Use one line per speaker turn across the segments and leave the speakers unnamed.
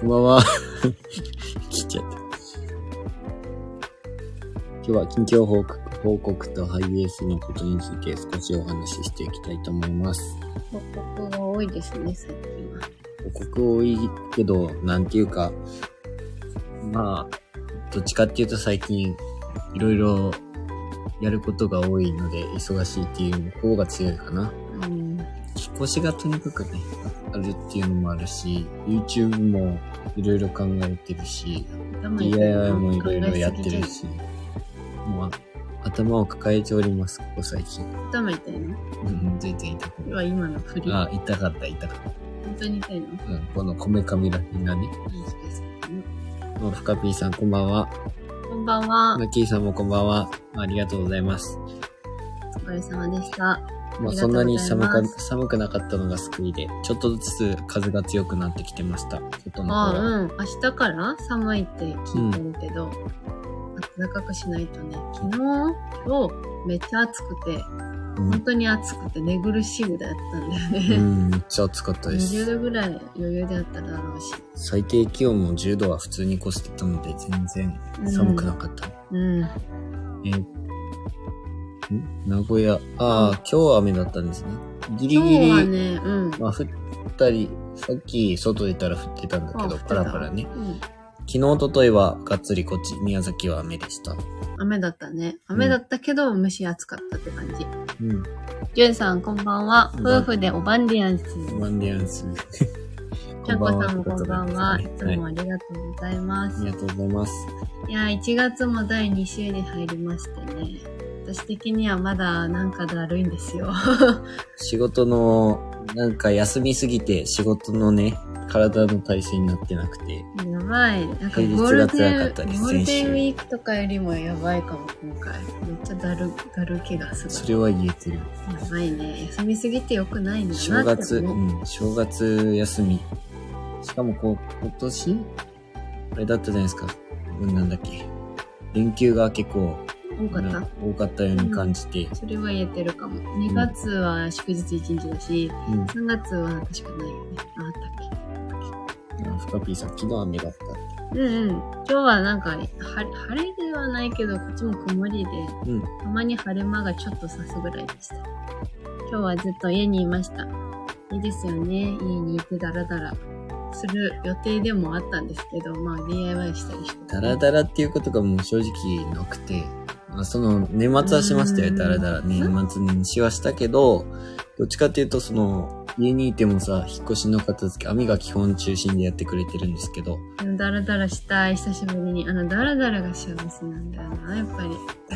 こんばんは。切っちゃった。今日は近況報告報告とハイエースのことについて少しお話ししていきたいと思います。
報告が多いですね、最近は。
報告多いけど、なんていうか、まあ、どっちかっていうと最近、いろいろやることが多いので、忙しいっていう方が強いかな。
うん。
引っ越しがとにかくね、あるっていうのもあるし、YouTube もいろいろ考えてるし、
頭
DIY もいろいろやってる。し、もう頭を抱えております、ここ最近。
頭痛いの
うん、全然痛く
要
ない。
は今の振り。
あ
本、
痛かった、痛かった。
当に痛いのいい
うん、このこめかみらへんがね。
ですね
もう、ふかぴーさんこんばんは。
こんばん
マ
は。
ッキーさんもこんばんは。ありがとうございます。
お疲れ様でした。
まあ、
あり
そん
がと
な
うござい
に
ます
寒か、寒くなかったのが救いで、ちょっとずつ風が強くなってきてました。外の
あ
方は。
うん。明日から寒いって聞いてるけど、暖かくしないとね。昨日、今日、めっちゃ暑くて、
うん
本当に暑くて寝苦しいぐらいだったんだよ
う
ね。
ん、めっちゃ暑かった で
20
す。
度ぐらい余裕であっただろうし。
最低気温も10度は普通に越してたので、全然寒くなかった。
うん。
えーん名古屋、ああ、今日は雨だったんですね。ギリ
今
ギ
日は
リ、
ね、うん。
まあ降ったり、さっき外出たら降ってたんだけど、パラパラね。
うん
昨日、一昨日はがっつりこっち、宮崎は雨でした。
雨だったね。雨だったけど、蒸し暑かったって感じ。
うん。
ジュンさん、こんばんは。
うん
夫婦でおばんりゃんす。
マンディアンス。
ちゃんこさんもこんばんは。いつ
はい
もありがとうございま
あ
す。
りがとうございます。
いやー、1月も第2週に入りましてね。私的にはまだなんかだるいんで すよ。
仕事の、なんか休みすぎて仕事のね、体の体制になってなくて、
やばい。なんか
平日
ゴール
が辛か
デン、
ったです
ゴールデ
先週
ンウィークとかよりもやばいかも、今回。めっちゃだる、だる気がす
それ
る。
は言えてる。
やばいね。休みすぎて良くないんだなって思
正月、うん、正
う。
月休み。しかもこう、今年あれだったじゃないですか。うんなんだっけ。連休が結構
多かった
な多かったように感じて。
それは言えてるかも。2月は祝日1日だし、
うん。
3月は確かないよね。ああったっ
あふかぴーさん、昨日雨だった。
けうんうん。今日はなんか、晴晴れではないけど、こっちも曇りで、
うん。
たまに晴れ間がちょっと差すぐらいでした。今日はずっと家にいました。いいですよね。家にいてダラダラする予定でもあったんですけど、まあ DIY したりして。
ダラダラっていうことがもう正直なくて、まあ、その、年末はしました
う
よ、
ん
ダラダラ。年末年始はしたけど、どっちかっていうと、その、家にいてもさ、引っ越しの片付け、網が基本中心でやってくれてるんですけど、
うんダラダラしたい、久しぶりに。あの、ダラダラが幸せなんだよな、やっぱ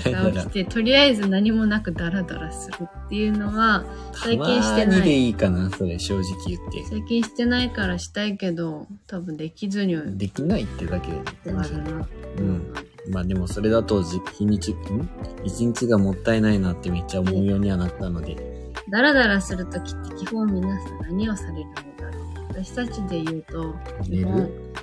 り。
ダラダ
起
ラ
き。てとりあえず何もなくダラダラするっていうのは
た
体
ま
験してない
にでいいかな、それ、正直言って。
最近してないからしたいけど多分できずには
できないってだけで。
あるな
うん。まあでもそれだとじ、日にち、ん一日がもったいないなってめっちゃ思うようにはなったので、
ダラダラするときって基本皆さん何をされるのだろう私たちで言うと
寝
もう
る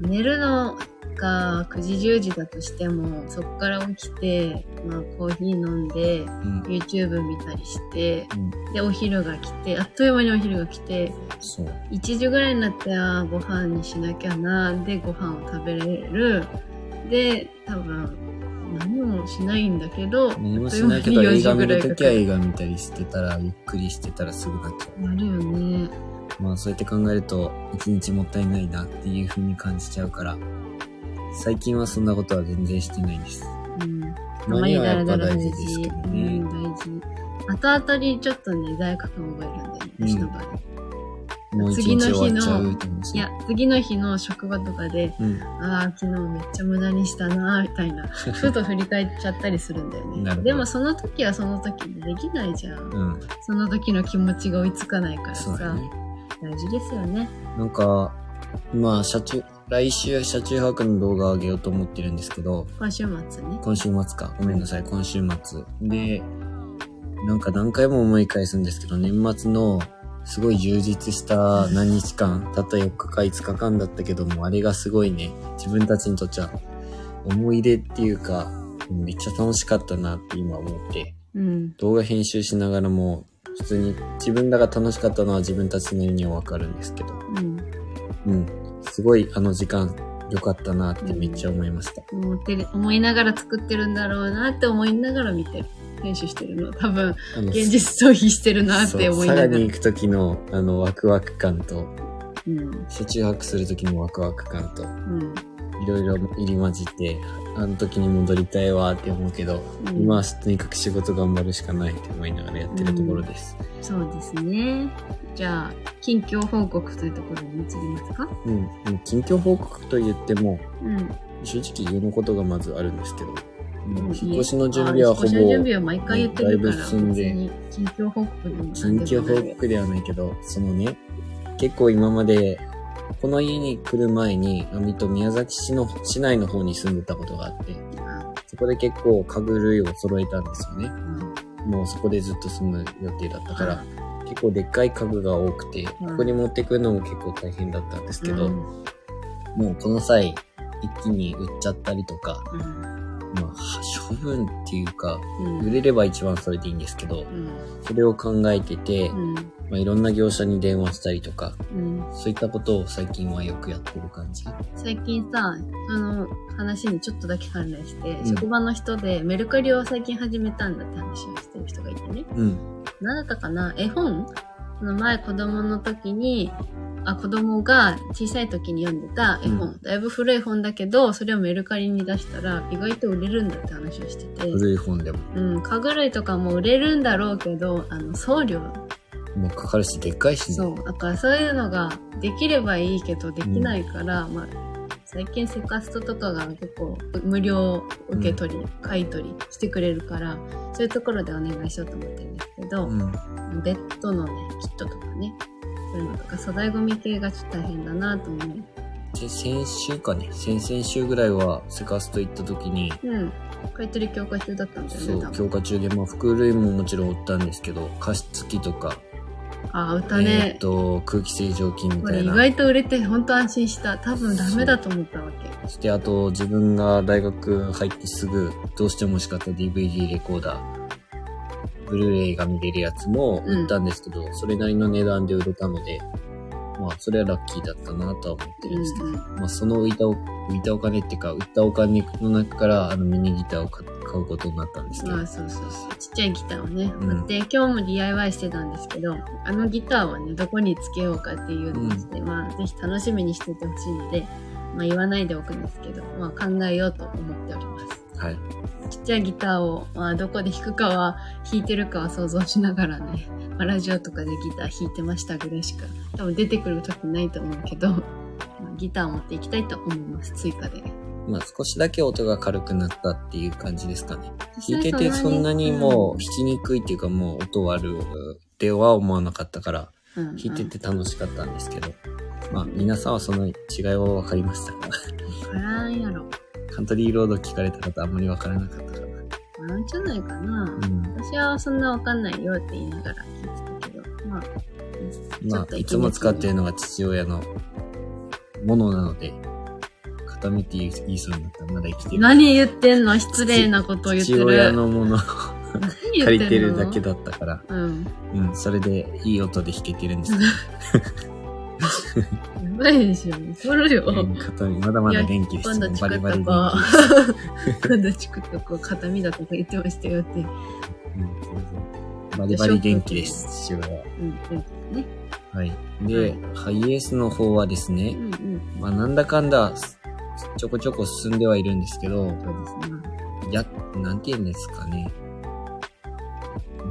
寝るのが9時10時だとしてもそこから起きて、まあ、コーヒー飲んで
うん。
YouTube 見たりして
うん。
でお昼が来てあっという間にお昼が来て
そう。
1時ぐらいになったらご飯にしなきゃなでご飯を食べれるで多分何もしないんだけど
何もしないけど、
4
映画
時
見
ぐら
る
い
と
か
き
か
は
る
映画見たりしてたら、ゆっくりしてたらすぐなっちゃ
なるよね
う。まあそうやって考えると、一日もったいないなっていう風に感じちゃうから、最近はそんなことは全然してないです。
うんたま
何
に
は
ダ
や
ラ
っぱ
ダラ
大
大
事
事
ですけど
う
ね。
ん大事後々にちょっとね罪悪感覚えるんだよね私の場合、
もう一日終わっちゃうって話。
いや次の日の職場とかで
うん。
ああ昨日めっちゃ無駄にしたなーみた いなちょっと振り返っちゃったりするんだよ
なるほど
ねでもその時はその時でできないじゃん
うん。
その時の気持ちが追いつかないからさ、
そうだね。
大事ですよね。
なんか、まあ、車中、来週、車中泊の動画を上げようと思ってるんですけど、
今週末ね。
今週末か。ごめんなさい、今週末。で、なんか何回も思い返すんですけど、年末の、すごい充実した何日間、たった4日か5日間だったけども、あれがすごいね、自分たちにとっちゃ、思い出っていうか、めっちゃ楽しかったなって今思って、
うん。
動画編集しながらも、普通に自分らが楽しかったのは自分たちの目にはわかるんですけど、
うん。
うん。すごいあの時間良かったなってめっちゃ思いました。
思ってる、思いながら作ってるんだろうなって思いながら見てる。編集してるの。多分、
あの
現実逃避してるなって思いなが
そうさら
ら。
に行く時のあのワクワク感と、
うん。
車中泊する時のワクワク感と、
うん。
いろいろ入り混じって、あの時に戻りたいわって思うけど、
うん
今はとにかく仕事頑張るしかないって思いながらやってるところです。
そうですね。じゃあ、近況報告というところに移りますか
うん。うん近況報告と言っても、
うん。
正直家のことがまずあるんですけど、
うん
引っ越しの準備はほぼ、
あ引っ越しの準備は毎回言ってるから、
だいぶ進んで
別に近況報告でも
近況報告ではないけど、そのね、結構今まで、この家に来る前に、あみと宮崎市の、市内の方に住んでたことがあって、そこで結構家具類を揃えたんですよね。もうそこでずっと住む予定だった
だ
から、結構でっかい家具が多くて、ここに持ってくるのも結構大変だったんですけど、もうこの際、一気に売っちゃったりとか、まあ、処分っていうか、売れれば一番それでいいんですけど、それを考えてて、まあ、いろんな業者に電話したりとか、そういったことを最近はよくやってる感じ。
最近さ、あの、話にちょっとだけ関連して、
ん
職場の人でメルカリを最近始めたんだって話をしてる人がいてね。
うん。
何だったかな絵本その前子供の時に、あ、子供が小さい時に読んでた絵本。
う
だいぶ古い本だけど、それをメルカリに出したら意外と売れるんだって話をしてて。
古い本でも。
うん、家具類とかも売れるんだろうけど、あの、送料。
もうかかるし、でっかいしね。
そう。だからそういうのができればいいけど、できないから、まあ、最近セカストとかが結構無料受け取り、買い取りしてくれるから、そういうところでお願いしようと思ってるんですけど、
うん。
ベッドのね、キットとかね、そういうのとか、粗大ゴミ系がちょっと大変だなと思う。
で、先週かね、先々週ぐらいは、セカスト行った時に、
うん。買い取り強化中だったんだよ
そ
ね、多
う、
分。
強化中で、まあ、服類ももちろん売ったんですけど、加湿器とか、
あ、歌
えーっ
ね。
と、空気清浄機み
こ
た
れ
い
意
な。
外と売れて本当安心した。多分ダメだと思ったわけ。
そしてあと自分が大学入ってすぐどうしても欲しかった DVD レコーダー、ブルーレイが見れるやつも売ったんですけど、それなりの値段で売れたので、まあそれはラッキーだったなとは思ってるんですけど、まあその浮いたお浮いたお金っていうか、売ったお金の中からあのミニギターを買買うことになったんですけど、
あそうそうそう。ちっちゃいギターをね、
うん
買って、今日も DIY してたんですけど、あのギターはね、どこにつけようかっていうのをして、まあ、ぜひ楽しみにしててほしいので、まあ、言わないでおくんですけど、まあ、考えようと思っております。
はい。
ちっちゃいギターを、まあ、どこで弾くかは、弾いてるかは想像しながらね、まあ、ラジオとかでギター弾いてましたぐらいしか、多分出てくる時ないと思うけど、まあギターを持っていきたいと思います、追加で。
まあ少しだけ音が軽くなったっていう感じですかね。弾いててそんなにもう弾きにくいっていうかもう音悪では思わなかったから、
うん、うん
弾いてて楽しかったんですけど、まあ皆さんはその違いは分かりましたか
わからんやろ。
カントリーロード聞かれた方あんまり分からなかったかな。
なんじゃないかな
う。ん。
私はそんなわかんないよって言いながら聞いてたけど、まあ、ちょ
ま
っ
あ
と
いつも使ってるのが父親のものなので、固めて言いそうになったらまだ生きてる。
何言ってんの失礼なことを言って
父親
る。
のものを
何言
借りてるだ
っ
け
てんの
だったから、
うん。
うん、それでいい音で弾けてるんですけ
やばいでしょ。そるよ。
ど、うん固めまだまだ元気です。
今度チ
バ
ク
リ
ッ
バリ
と
元
こ
気です。
う、今度チクッとこう、片身だとか言ってましたよって。う
うん全然バリバリ元気です、父親は。
ん、うん、ね。
はい。で、ハイエースの方はです
う
ね、
ん、うん。
まあ、なんだかんだ、すちょこちょこ進んではいるんですけど、
そうですね。
や、なんて言うんですかね。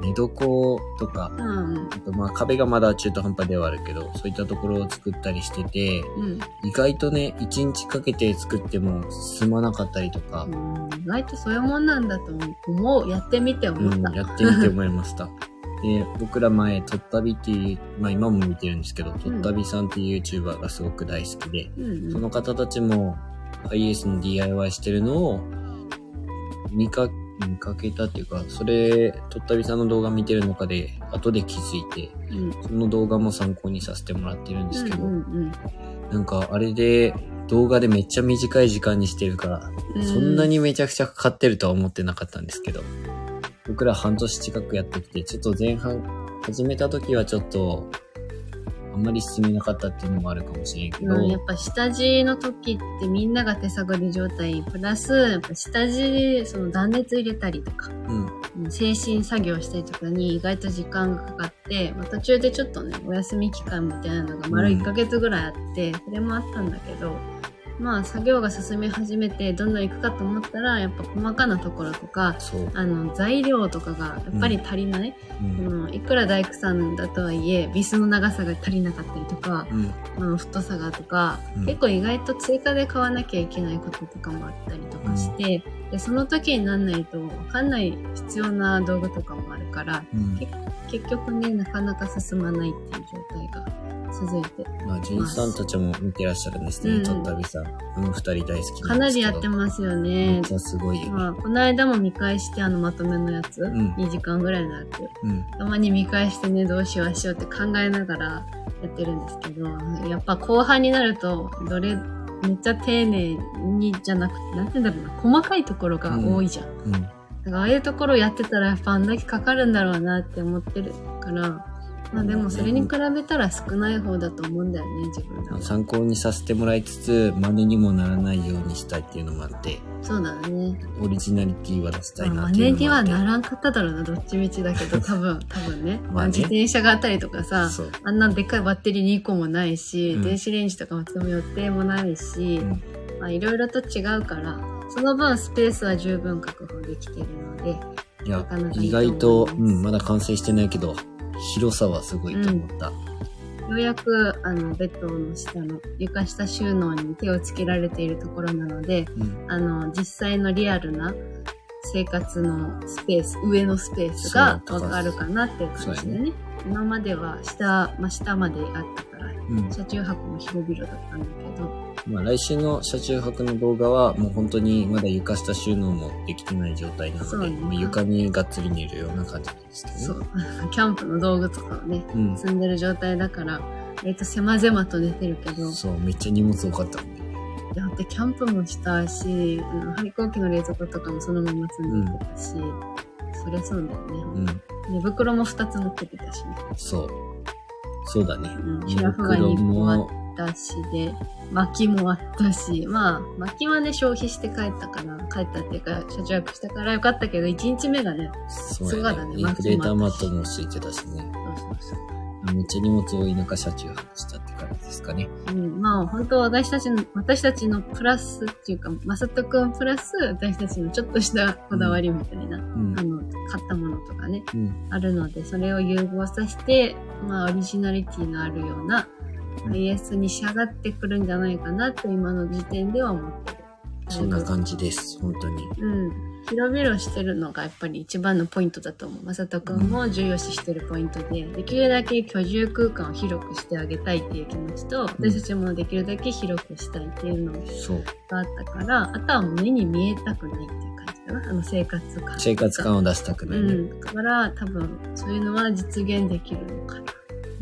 寝床とか、
うん、
あとまあ壁がまだ中途半端ではあるけど、そういったところを作ったりしてて、
うん。
意外とね、一日かけて作っても進まなかったりとか、
うん意外とそういうもんなんだと思う。やってみて思
う
っ
ん
た。
やってみて思いま した。で、僕ら前、トッタビっていう、まあ今も見てるんですけど、トッタビさんっていう YouTuber がすごく大好きで、
うん、
そ
うん。
の方たちも、ハイエースの DIY してるのを、見か、見かけたっていうか、それ、とったびさんの動画見てる中で、後で気づいて、
うん、
その動画も参考にさせてもらってるんですけど、
うん、
なんか、あれで、動画でめっちゃ短い時間にしてるから、
うん。
そんなにめちゃくちゃかかってるとは思ってなかったんですけど、僕ら半年近くやってきて、ちょっと前半、始めた時はちょっと、ああんまり進めなかったっていうのもあるかもしれんけど、
うん、やっぱ下地の時ってみんなが手探り状態、プラス、やっぱ下地、その断熱入れたりとか、
うん、
うん精神作業したりとかに意外と時間がかかって、まあ、途中でちょっとね、お休み期間みたいなのが丸
うん
1ヶ月ぐらいあって、それもあったんだけど、まあ作業が進み始めてどんどん行くかと思ったら、やっぱ細かなところとか、
そう、
あの材料とかがやっぱり足りない、
うん、
うん、いくら大工さんだとはいえビスの長さが足りなかったりとか、
うん、
あの太さがとか、
うん
結構意外と追加で買わなきゃいけないこととかもあったりとかして、でその時になんないと分かんない必要な道具とかもあるから
うん。
結局ねなかなか進まないっていう状態が続いて
まあ、純一さんたちも見てらっしゃるんですね、
うん
ちょっと旅さん。あの二人大好き
かなりやって
も
ますよ
め
ね
っ。ちゃすごいよ。
まあ、この間も見返してあのまとめのやつ、
ん
2時間ぐらいのやつ
うん、
たまに見返してねどうしようああしようって考えながらやってるんですけどやっぱ後半になるとどれめっちゃ丁寧にじゃなくてなんて言うんだろうな細かいところが多いじゃん、
うん、
だからああいうところやってたらやっぱあんだけかかるんだろうなって思ってるからまあでもそれに比べたら少ない方だと思うんだよね自分らは
参考にさせてもらいつつ、真似にもならないようにしたいっていうのもあって、
そうだね
オリジナリティは出したい
ま
な
あ
ってい
姉
うの
に
もあ
は
って。
ならんかっただろうなどっちみちだけ ど多分多分ね
まあね
自転車があったりとかさ
そう。
あんなでっかいバッテリー2個もないし、
うん
電子レンジとかも積む予定もないし、
うん
まあいろいろと違うから、その分スペースは十分確保できているので、
いや
なかな、かい
意
いと思
外と、
います
うん、まだ完成してないけど、広さはすごいと思った。
ようやくあのベッドの下の床下収納に手をつけられているところなので、
うん。
あの実際のリアルな生活のスペース、上のスペースが
そう
わかるかなっていう感じで
そう
ね。今までは下、まあ、下まであったから、
うん。
車中泊も広々だったんだけど、
まあ、来週の車中泊の動画は、もう本当にまだ床下収納もできてない状態な
そ
の
う
で、
ね
まあ床にがっつり寝るような感じなんですけどね。
そう、 キャンプの道具とかをね、
うん。
積んでる状態だから、えっと、狭々と寝てるけど、
そう、めっちゃ荷物多かったもんね。
だってキャンプもしたし、あの反抗期の冷蔵庫とかもそのまま積んでたし、そりゃそうだよ
う
ね。
ん、
寝袋も2つ持ってきたしね。
そう。そうだね。
うん、
寝
シラフが1個あっ
も、
たしで、薪もあったし、まあ、薪はね、消費して帰ったから、帰ったっていうか、車中泊したからよかったけど、1日目がね、
そう
そう
や
だ
ね。
ね
インフレーターマットもついてたしね。
そうそうそう。
めっちゃ荷物多い中、車中泊したって感じですかね。
うん、まあ本当私たちの、私たちのプラスっていうか、まさとくんプラス私たちのちょっとしたこだわりみたいな、
うん
あ。の、買ったものとかね、
うん。
あるので、それを融合させて、まあオリジナリティのあるような
うん
IS に仕上がってくるんじゃないかなと今の時点では思ってる。
そんな感じです。本当に。
うん。広々してるのがやっぱり一番のポイントだと思う。まさとくんも重要視してるポイントで、できるだけ居住空間を広くしてあげたいっていう気持ちと、私たちもできるだけ広くしたいっていうの
そう。
があったから、あとはもう目に見えたくないっていう感じかな。あの生活感。
生活感を出したく
う
ないね。
ん。だから多分そういうのは実現できるのかな。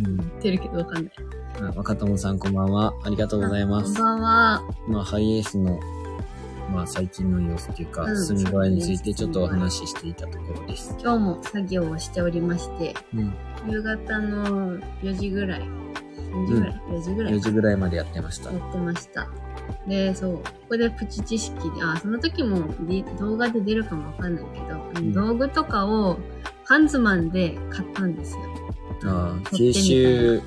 うん。
言ってるけどわかんない。
あ若友さん、こんばんは。ありがとうございます
こん。ばんは。
まあ、ハイエースの、まあ、最近の様子という
う
か、
ん
進み具合についてちょっとお話ししていたところです。
今日も作業をしておりまして、
うん。
夕方の4時ぐらい。4時ぐらい、?4 時ぐらい
4時ぐらいまでやってました
や。ってました。で、そう、ここでプチ知識で、あ、その時もで動画で出るかもわかんないけど、あ
うん
の道具とかをハンズマンで買ったんですよ。
ああ、
取
九
っ手みたいな。
州、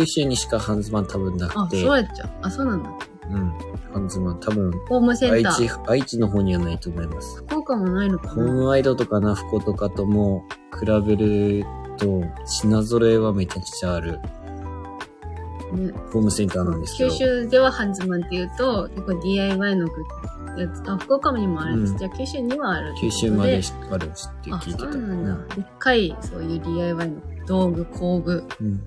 九州にしかハンズマン多分な
あ
く、て、
そうやっちゃう。あ、そうなんだ。
うん。ハンズマン多分、
ホームセン
愛
ター
知。、愛知の方にはないと思います。
福岡もないのか
ホー
な
ムワイドとかナフコとかとも比べると、品揃えはめちゃくちゃある、
ね
ホームセンターなんですけ
九
ど。
州ではハンズマンっていうと、結構 DIY のグッズやつ。あ、福岡にもあるんです。
うん
じゃあ九州にはあるってこと。
九州までしっかり知って
あ、
聞いてた。
そうなんだ。でっかい、そういう DIY の道具、工具、
うん。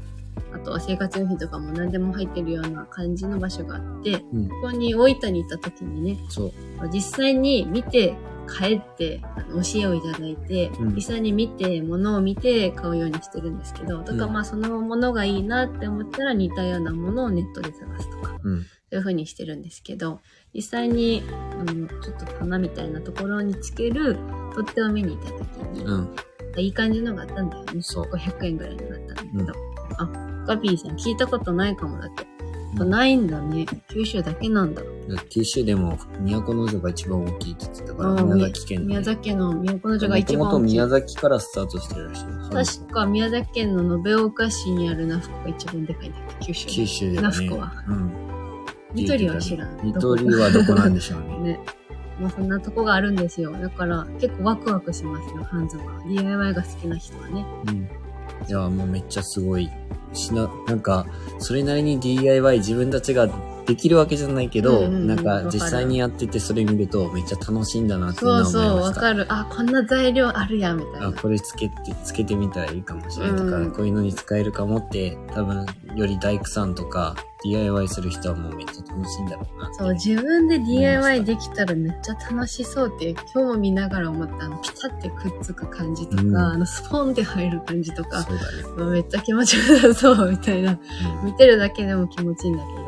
あとは生活用品とかも何でも入ってるような感じの場所があって、
うん
ここに大分に行った時にね、
そう。
実際に見て、帰って、あの教えをいただいて、
うん
実際に見て、物を見て買うようにしてるんですけど、とか、
うん
まあそのものがいいなって思ったら似たようなものをネットで探すとか、
うん。
そういう風にしてるんですけど、実際に、あの、ちょっと棚みたいなところにつける取っ手を見に行った時に、
うん。
いい感じのがあったんだよね。
そう
500円ぐらいのがあったんだけど。ガビーさん聞いたことないかもだけど。ないんだね。九州だけなんだ。
だって九州でも都の城が一番大きいって言ってたから、
あー
宮崎県の、ね。
宮崎県の都の城が
も
一
と
番
もと
大きい
宮。崎からスタートしてるらしいよ。
確か宮崎県の延岡市にあるナフコが一番でかいんだっけ九州
九
の。
州でね。
那須湖は。
うん。
ニトリは知らん。
ニトリはどこなんでしょうね。
ね。まあそんなとこがあるんですよ。だから結構ワクワクしますよ、ハンズは。DIY が好きな人はね。
うん。いや、もうめっちゃすごい。しな、なんか、それなりに DIY 自分たちができるわけじゃないけど、
うんうんうん
なん
わか
か
る
実際にやっててそれ見るとめっちゃ楽しいんだなっていうの
そ
は
う
思いました。
そう、わかる。あ、こんな材料あるや、みたい
あ
な。
これつけてつけてみたらいいかもしれないとか、
うん
こういうのに使えるかもって多分より大工さんとか DIY する人はもうめっちゃ楽しいんだろうなって
そう、自分で DIY できたらめっちゃ楽しそうっていう、今日も見ながら思った、あの、ピタってくっつく感じとか、
うん
あの、スポンって入る感じとか、
そうだね、
めっちゃ気持ちよさそう、みたいな。
うん
見てるだけでも気持ちいいんだけど。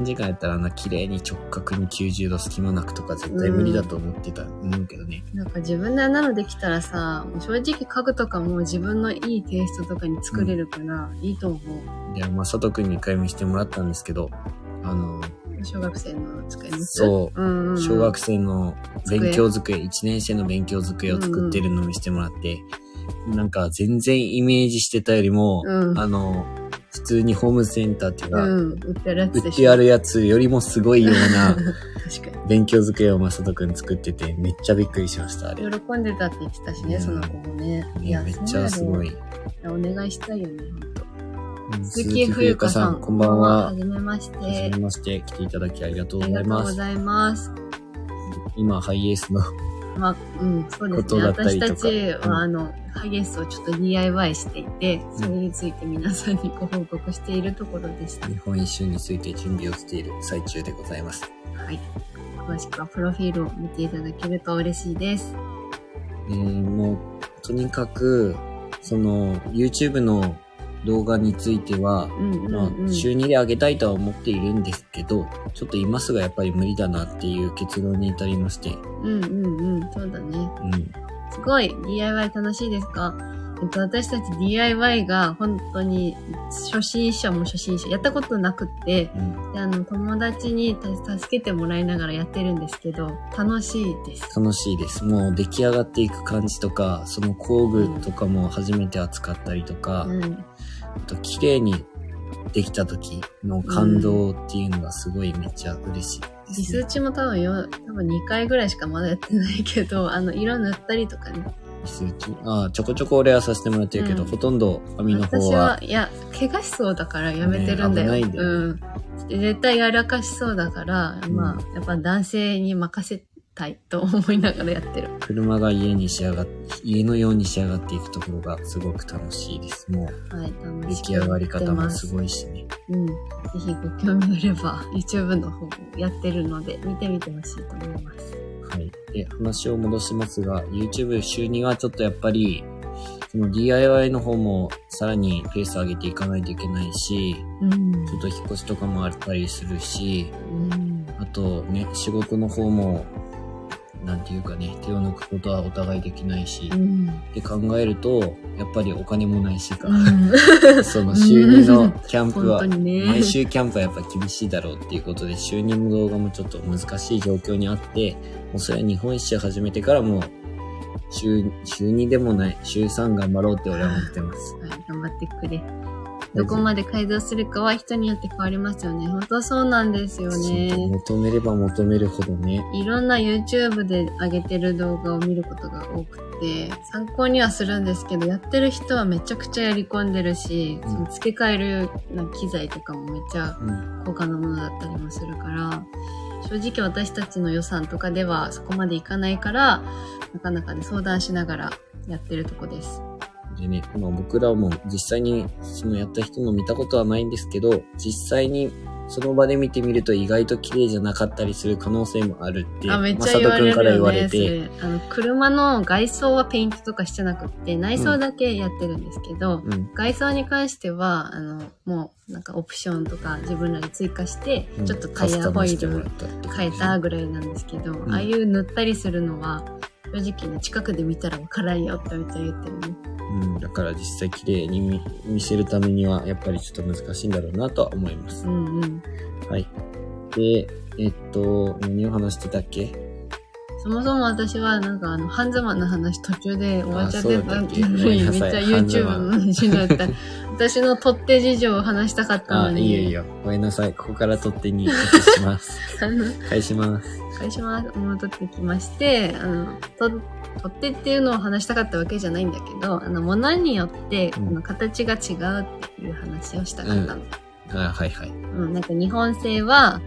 一般時間やったらあんな綺麗に直角に90度隙間なくとか絶対無理だと思ってた、思うけどね
なんか自分であんなのできたらさ、もう正直家具とかも自分のいいテイストとかに作れるから、いいと思う。
でまあ佐藤君に一回見してもらったんですけどあの
小学生の使います。
そう
うん、うん。
小学生の勉強机、1年生の勉強机を作ってるのを見せてもらって、なんか全然イメージしてたよりも、
うん
あの、普通にホームセンターっていうか、
うん、売ってるや
売
つ
っ
で
て
しょ。
あるやつよりもすごいよう な
確か
勉強机をまさとくん作ってて、めっちゃびっくりしました、あれ。
に。喜んでたって言ってたしね、
うん
その子もね。
いや、めっちゃすごい。。
そうだよお願いしたいよね、ほんと。
うん
鈴木冬香さん、
こんばんは。
は
は
じめまして。
じめまして、来ていただきありがとう
あ
ござ
りが
い
とう
ま
ご
す。
ざいます。
今、ハイエースの、
まあ、うん、そうです
こと
ね。
だった
私
りとか
たちは、
うん
あの、ハゲスをちょっと DIY していて、それについて皆さんにご報告しているところでした。
日本一周について準備をしている最中でございます。
はい。詳しくはプロフィールを見ていただけると嬉しいです。
えーもう、とにかく、その、YouTube の動画については、
うんうん、
ま
うん。
あ、週2で上げたいとは思っているんですけど、ちょっと今すぐやっぱり無理だなっていう結論に至りまして、
うんうんうん。そうだね。
うん。
すごい DIY 楽しいですかえっと、私たち DIY が本当に初心者も初心者、やったことなくって、
うん、
であの、友達にた助けてもらいながらやってるんですけど、楽しいです。
楽しいです。もう出来上がっていく感じとか、その工具とかも初めて扱ったりとか、
うん。
あと綺麗にできた時の感動っていうのがすごいめっちゃ嬉しいです、
リスーチも多分よ、多分2回ぐらいしかまだやってないけど、あの、色塗ったりとかね。
リス打ちああ、ちょこちょこ俺はさせてもらってるけど、
うん
ほとんど髪の方
私
は
は、いや、怪我しそうだからやめてるんだよ。
ね危ないんだよ
うん。絶対やらかしそうだから、まあ、やっぱ男性に任せたいと思いながらやってる。
車が家に仕上がっ家のように仕上がっていくところがすごく楽しいです。も
はい、
う
楽
出
し
来
くや
上が
っ
り
て
方も
ますす。
ごいしね。
うん。ぜひご興味あれば、YouTube の方もやってるので、見てみてほしいと思います。
はい。で、話を戻しますが、YouTube 週2はちょっとやっぱり、その DIY の方もさらにペース上げていかないといけないし、
うん。
ちょっと引っ越しとかもあったりするし、
うん。
あとね、仕事の方も、なんていうかね、手を抜くことはお互いできないし、
うん。
って考えると、やっぱりお金もないしか、その
ん
週2のキャンプ
本
は
当、にね。
毎週キャンプはやっぱ厳しいだろうっていうことで、週2の動画もちょっと難しい状況にあって、もうそれは日本一周始めてからもう、週、週2でもない、週3頑張ろうって俺は思ってます。
はい、頑張ってくれ。どこまで改造するかは人によって変わりますよね。本当そうなんですよ
そう
ね。
求めれば求めるほどね、
いろんな YouTube で上げてる動画を見ることが多くて、参考にはするんですけど、やってる人はめちゃくちゃやり込んでるし、
うん
その付け替えるなんか機材とかもめっちゃ
うん、
高価なものだったりもするから、正直私たちの予算とかではそこまでいかないから、なかなかね、相談しながらやってるとこです。
でね、まあ僕らも実際にそのやった人の見たことはないんですけど、実際にその場で見てみると意外と綺麗じゃなかったりする可能性もあるって、
あ、めっ
ま
ちゃ
さ
言
と
わ
く
れ
んから
る
言
よ
わ
ね。
れ
そ
て、
れあの車の外装はペイントとかしてなくって、内装だけやってるんですけど、
うん、
外装に関しては、あの、もう、なんかオプションとか自分らで追加して、
うん
ちょっとタイヤホ
カスタム
イール
してもらったってこと
変えたぐらいなんですけど、
ん
ああいう塗ったりするのは、正直ね、近くで見たらわからんよってめっちゃ言ってるね。
うん、だから実際綺麗に見見せるためには、やっぱりちょっと難しいんだろうなとは思います
う。んうん。
はい。で、えっと、何を話してたっけ
そもそも私はなんかあの、ハンズマンの話途中で終わっちゃってたん
あ
で、
そうだっけご
め
め
っ
ん
ちゃ
なさい
YouTube
ハンズマン
の話になった。 私の取っ手事情を話したかった
あ、
の
い
に。
いよ いいよ。ごめんなさい。ここから取ってに返します。
あの、
返します。
会社は戻ってきまして、あの、と取っ手っていうのを話したかったわけじゃないんだけど、あの、物によって、
うん
あの形が違うっていう話をしたかったの。
あ、はいはい。
うん、なんか日本製は、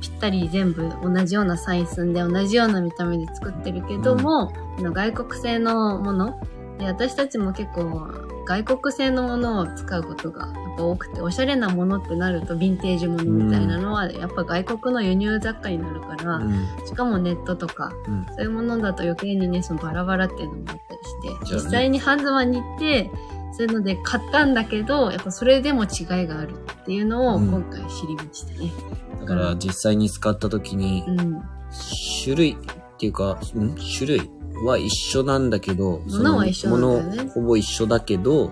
ぴったり全部同じような採寸で同じような見た目で作ってるけども、あの外国製のもので私たちも結構外国製のものを使うことがやっぱ多くておしゃれなものってなるとヴィンテージものみたいなのはやっぱ外国の輸入雑貨になるから、
うん。
しかもネットとか、
うん
そういうものだと余計にね、そのバラバラっていうのもあったりし
じ
て、
ゃあね
実際にハンズマンに行って、そういうので買ったんだけど、やっぱそれでも違いがあるっていうのを
うん
今回知りましたね。
だから実際に使った時に
う、ん。
種類っていうか、ん種類は一緒なんだけど、そ
物
の
は一緒なんだよね
物ほぼ一緒だけど、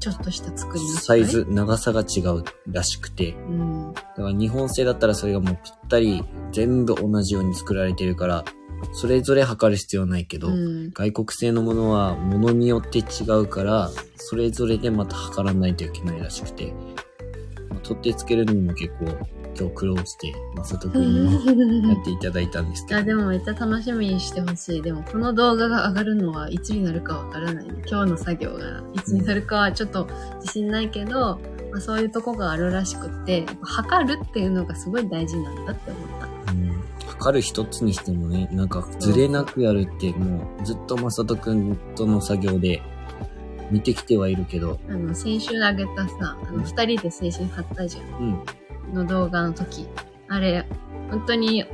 ちょっとした作りの違い
サイ。ズ、長さが違うらしくて。
うん。
だから日本製だったらそれがもうぴったり全部同じように作られてるから、それぞれ測る必要ないけど、
うん。
外国製のものは物によって違うから、それぞれでまた測らないといけないらしくて、まあ取ってつけるのにも結構今日苦労して、まさとくんにもやっていただいたんです
い
け
や、で
ど、
もめっちゃ楽しみにしてほしい。でも、この動画が上がるのはいつになるかわからない、ね。今日の作業がいつになるかはちょっと自信ないけど、まあ、そういうとこがあるらしくって、やっぱ測るっていうのがすごい大事なんだって思った。
うん測る一つにしてもね、なんかずれなくやるってもうずっとまさとくんとの作業で見てきてはいるけど、
あの、先週あげたさ、あ
う
の、
ん
二人で精神張ったじゃ
うん、
ん。の動画の時。あれ、本当に 、一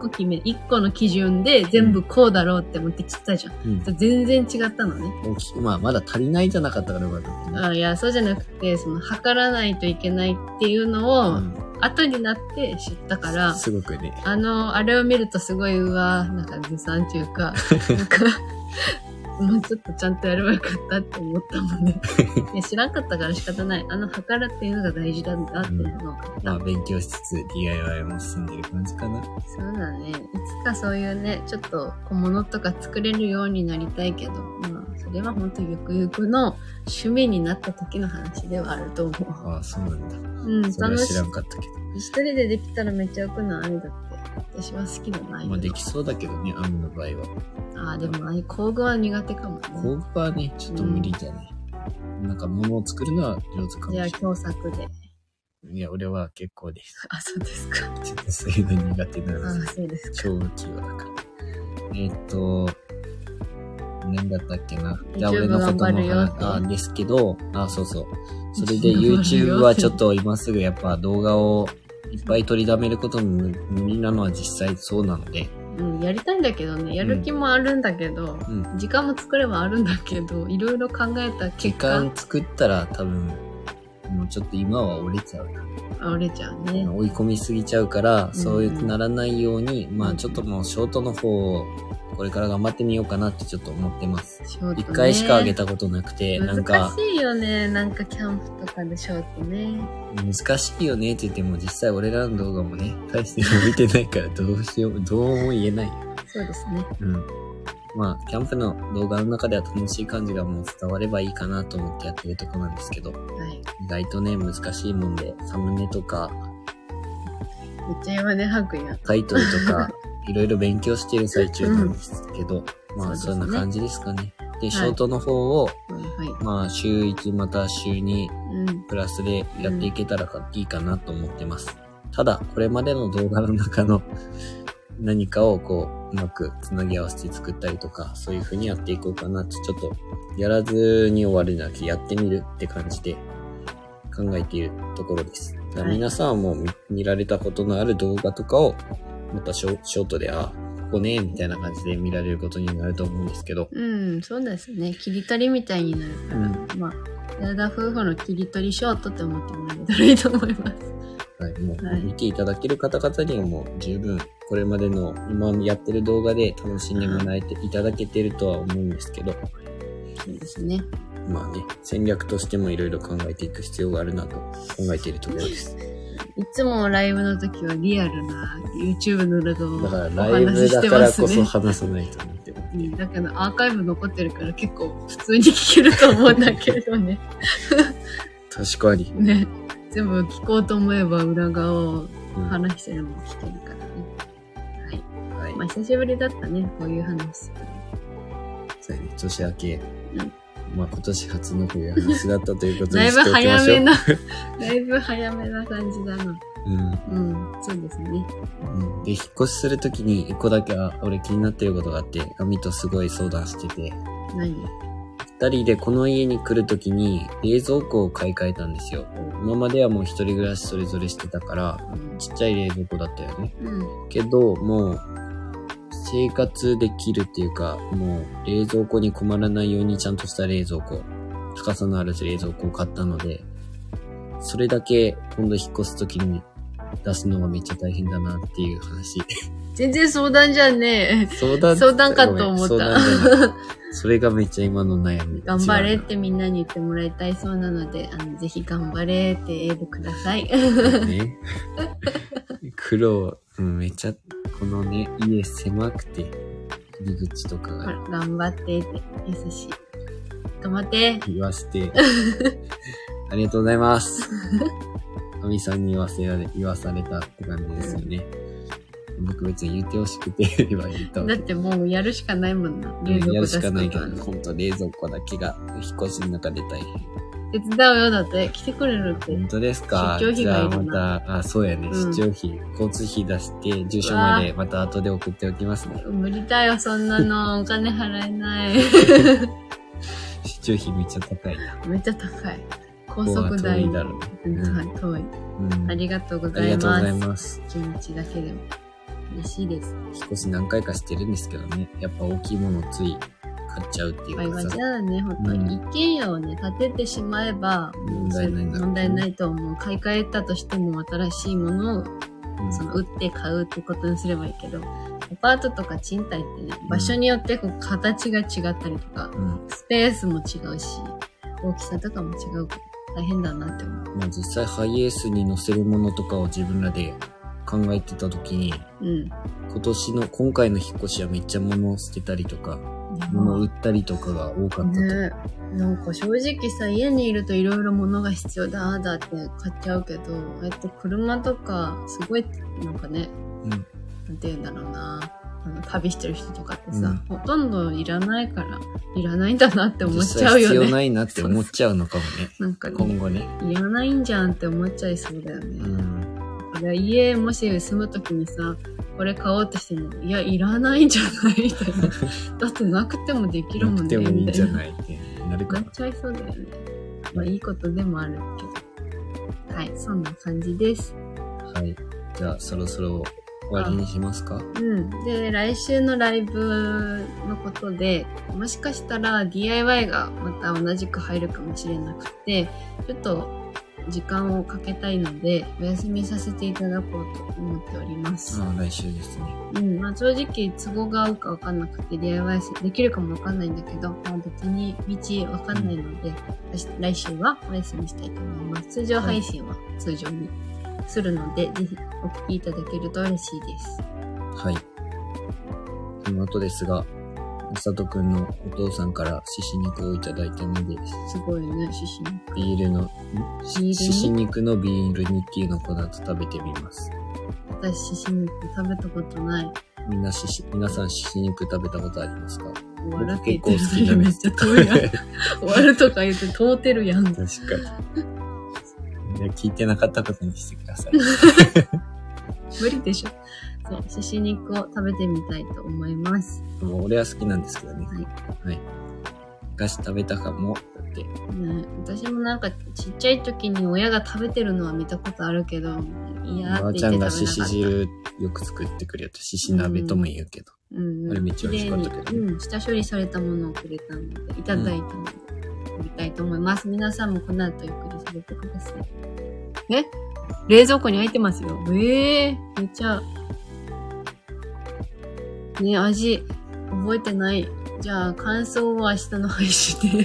個決め、一個の基準で全部こうだろうって思って切ったじゃん。
うん、
全然違ったのね。
大きく、まあまだ足りないじゃなかったからよかったけどね。
あいや、そうじゃなくて、その、測らないといけないっていうのを、
うん
後になって知ったから、
すごくね。
あの、あれを見るとすごい、うわなんかずさんっていうか、なんか、もうちょっとちゃんとやればよかったって思ったもんね。いや知らんかったから仕方ない。あの、測るっていうのが大事なんだっていうのを、
まあ勉強しつつ DIY も進んでる感じかな。
そうだね。いつかそういうね、ちょっと小物とか作れるようになりたいけど、まあ、それは本当ゆくゆくの趣味になった時の話ではあると思う。
ああ、そうなんだ。
うん、
それは
楽し
知
い
ら。んかったけど。
一人でできたらめっちゃよくないだって。私は好きだな。
まあできそうだけどね、アムの場合は。
ああ、でもああいう工具は苦手かも
工
ね。
具はね、ちょっと無理じゃない。なんか物を作るのは上手かもし
じゃ
れな
あ、
い。
共作で。
いや、俺は結構です。
あ、そうですか。
ちょっとそういうの苦手な
あ
ので、
あ、そうですか。
超不器用だから。えーっと、何だったっけな。
YouTube
じゃあ俺のことも
頑張るよって
話あですけど、あ、そうそう。それで
YouTube 頑張るよ
YouTube はちょっと今すぐやっぱ動画をいっぱい取りだめることも無理なのは実際そうなので、
うん、やりたいんだけどね。やる気もあるんだけど、
うん。
時間も作ればあるんだけど、いろいろ考えた
時
結果
間、作ったら多分、もうちょっと今は折れちゃうな。
あ折れちゃうね。
追い込みすぎちゃうから、
ん
そういうならないように、ま
う
あ
ん
ちょっともうショートの方を、これから頑張ってみようかなってちょっと思ってます。
ショートね
一回しか上げたことなくて、なん
難
か
し、いよね。なんかキャンプとかでショートね。
難しいよねって言っても、実際俺らの動画もね、大して伸びてないからどうしよう、どうも言えない。
そうですね。
うん。まあ、キャンプの動画の中では楽しい感じがもう伝わればいいかなと思ってやってるとこなんですけど、
はい。
意外とね、難しいもんで、サムネとか、
めっちゃ今ね、吐くんや。
タイトルと か、いろいろ勉強している最中なんですけど、まあ
そ
そ
うんですね
な感じですかね。で、ショートの方を、
うん、はい。
まあ週1また週2
うん。
プラスでやっていけたらかいいかなと思ってます。ただ、これまでの動画の中の 何かをこう、うまくつなぎ合わせて作ったりとか、そういう風にやっていこうかなって、ちょっと、やらずに終わるんじゃなくて、やってみるって感じで考えているところです。だから皆さんはもう見見られたことのある動画とかを、またショショートで、あ、ここね、みたいな感じで見られることになると思うんですけど、
うん、そうですね。切り取りみたいになるから。
うん
まあ、寺田夫婦の切り取りショートって思ってもらえたらいいと思います。
はい、も
はいう
見ていただける方々にはもう十分、これまでの今やってる動画で楽しんでもらえていただけてるとは思うんですけど、
そうですね。
まあね、戦略としてもいろいろ考えていく必要があるなと考えているところです。
いつもライブの時はリアルな YouTube の裏側を
だから
お
ライブ
話しし
だ
て
か
ま
ら
す
こそ
ね。
話さないと思ってます。
うんだけどアーカイブ残ってるから結構普通に聞けると思うんだけれど ね。
確かに。
ね。全部聞こうと思えば裏側を
うん
話してるのも聞けるからね。はい。
はい
まあ久しぶりだったね、こういう話。
そうやね年明け、
ん
まあ今年初の冬話だったということ
だ
に
いぶ
しておきましょう。
早 めな、だいぶ早めな感じだな。
うん。
うん、そうですね。
うんで、引っ越しするときに一個だけ、あ俺気になってることがあって、アミとすごい相談してて、
何
二人でこの家に来るときに冷蔵庫を買い替えたんですよ。今まではもう一人暮らしそれぞれしてたから、ちっちゃい冷蔵庫だったよね。
うん、
けど、もう、生活できるっていうか、もう冷蔵庫に困らないようにちゃんとした冷蔵庫、高さのある冷蔵庫を買ったので、それだけ今度引っ越すときに出すのがめっちゃ大変だなっていう 話。
全然相談じゃね
相談
相談かと思
ごめん
った
相談じゃないそれがめっちゃ今の悩み
え。。 頑張れ
違
っ
うな
てみんなに言ってもらいたいそうなので、あの、ぜひ頑張れってエールください。
ね、苦労、うん、めっちゃ、このね、家狭くて、入り口とか
ほ
が
ら頑張ってって、優しい。頑張って。
言わせ て、ありがとうございます。アミさんに言わせられ、言わされたって感じですよね。僕別に言ってほしくて今言ったわ
だ
け
ってもうやるしかないもんな。
うんやるしか
と
ないけ
か
ど、ほんと冷蔵庫だけが引っ越しの中で大変。
手伝うよだって、来てくれるって。
本当ですか
出張費がいるな
じゃあまた、あ、そうやね。
うん
出張費、交通費出して、住所までまた後で送っておきますね。
無理だよ、そん なの。お金払えない。
出張費めっちゃ高いな。
めっちゃ高い。高
ここは
速
遠
代。
いだろう。
うん
うん
はい、遠い。
うん
ありがとうござ
あり
い
がとうご
ま
ざい
す。
ます。
一日だけでも嬉しいです。
引っ越し何回かしてるんですけどね。やっぱ大きいものつい買っちゃうってい
バイ
う
バ
か
イ
さ
じ。ゃあね、本当に、一軒家をね、建ててしまえば、
問題ないんだろうね
問題ないと思う。買い替えたとしても、新しいものを、
うん
その、売って買うってことにすればいいけど、アパートとか賃貸ってね、場所によってこう形が違ったりとか、
うん。
スペースも違うし、大きさとかも違うから、大変だなって思う。
まあ実際ハイエースに乗せるものとかを自分らで考えてた時に、
うん。
今年の、今回の引っ越しはめっちゃ物を捨てたりとか、物を売ったりとかが多かったと
ねなんか正直さ家にいるといろいろ物が必要だああだって買っちゃうけどああやって車とかすごいなんかね、
うん
なんて言うんだろうなあの旅してる人とかってさ、ほとんどいらないからいらないんだなって思っちゃう
実際
よ
必要
ね
ないなって思っちゃうのかもね。
なんかね
今後ね。
いらないんじゃんって思っちゃいそうだよ
う
ね、
ん。
だから家もし住む時にさこれ買おうとしてもいやいらないんじゃないみた いなだってなくてもできる
な
もん
く
ね
てもいいん
みた
じゃ
いな
ないってなる
な
か
っ
な。
ちゃいそうだよね。まあ、いいことでもあるけど。はい、そんな感じです。
はい。じゃあ、そろそろ終わりにしますか
うん。で、来週のライブのことで、もしかしたら DIY がまた同じく入るかもしれなくて、ちょっと時間をかけたいので、お休みさせていただこうと思っております。
ああ、来週ですね。
うん、まあ正直都合が合うかわかんなくて DIY できるかもわかんないんだけど、まあ別に道わかんないので、私来週はお休みしたいと思います。通常配信は通常にするので、ぜひお聞きいただけると嬉しいです。
はい。その後ですが、みさとくんのお父さんから獅子肉をいただいたので、
すごいね、獅子に。
ビールの、ん
ビールに
獅子肉のビール煮っていうのをこの後食べてみます。
私獅子肉食べたことない。
みんな獅子、皆さん獅子肉食べたことありますか
終わ
僕
るって
結
言っ
構
て
好きだね
めっちゃ 遠いやん。終わるとか言って通ってるやん。
確かに。いや、聞いてなかったことにしてください。
無理でしょ。そう、獅子肉を食べてみたいと思います。
もう俺は好きなんですけどね。
は
はい。菓子食べたかも。だって、
ね、私もなんかちっちゃい時に親が食べてるのは見たことあるけど嫌
ば
っ
あ
て
ちゃ
言
ん
っ
が
て食べなかった
獅子汁よく作ってくれよと、獅子鍋とも言うけど。
うんうん
あれめっちゃ美味しかったけどね
綺麗にうん、下処理されたものをくれたのでいただいたので食べたいと思います、皆さんもこの後ゆっくりされてくださいえ冷蔵庫に入ってますよ。ええめっちゃ。ね、味、覚えてない。じゃあ、感想は明日の配 信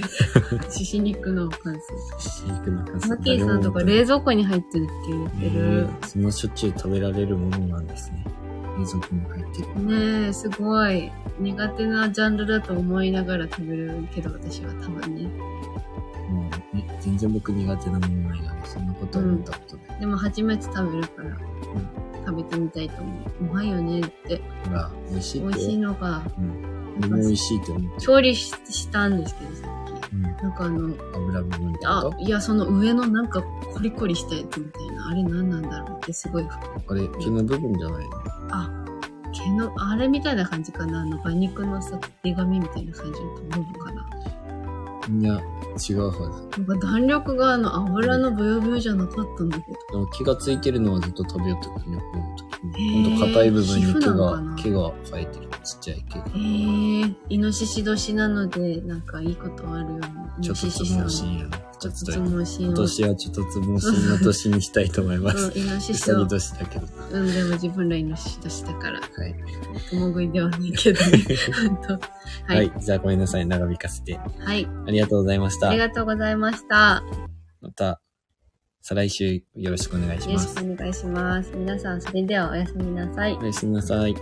で。 獅子肉の感想。
飼育の感
マッキーさんとか冷蔵庫に入ってるって言ってる。
そんなしょっちゅう食べられるものなんですね。冷蔵庫に入ってる。
ねえ、すごい。苦手なジャンルだと思いながら食べるけど、私は多分ね。
もう、ね、全然僕苦手なものないので、そんなことは思ったことない。
でも、初めて食べるから、食べてみたいと思う。うまいよねって。
ほら、美味しい
美
って。
味しいのが、
うん。俺も美味しいって思ってる。
調理ししたんですけど、さっ
うん
き。。なんかあの、
油部分って
あ
こ、
いや、その上のなんかコリコリしたやつみたいな、あれ何なんだろうってすごい、
とあれ、毛の部分じゃないの
毛の、あれみたいな感じかな、あの馬肉のさ、苦みみたいな感じだと思うのかな。
いや、違う方です。
なんか弾力があの油のブヨブヨじゃなかったんだけど。
でも気がついてるのはずっと食べようとかね、この時
へー
に。ほんと硬い部分に毛
皮膚なのか
が
な、
毛が生えてる。ちっちゃい毛が。
えー、イノシシ年なので、なんかいいことあるような。イ
ちょっと
ノシ
つ
シさん
ぼ
の。
しんやな。ちょ
ちょ
っ
っ
とだ
とつ
け。
ぼし
今
の。
年はちょっとつぼしんの年にしたいと思います。
うん、イノシ
う
シ
さ
を
ぎ。年だけど。は
うん、でも自分らイノシシ年 だから、
い。
共食いではないけど ね。ほんとは
はいい。。じゃあごめんなさい。長引かせて。
はい。
ありがとうございました
あり。がとうございました。
また、再来週よろしくお願いし
よろ
ま
し
す。
くお願いします。皆さん、それではおやすみなさい
お。やすみなさい。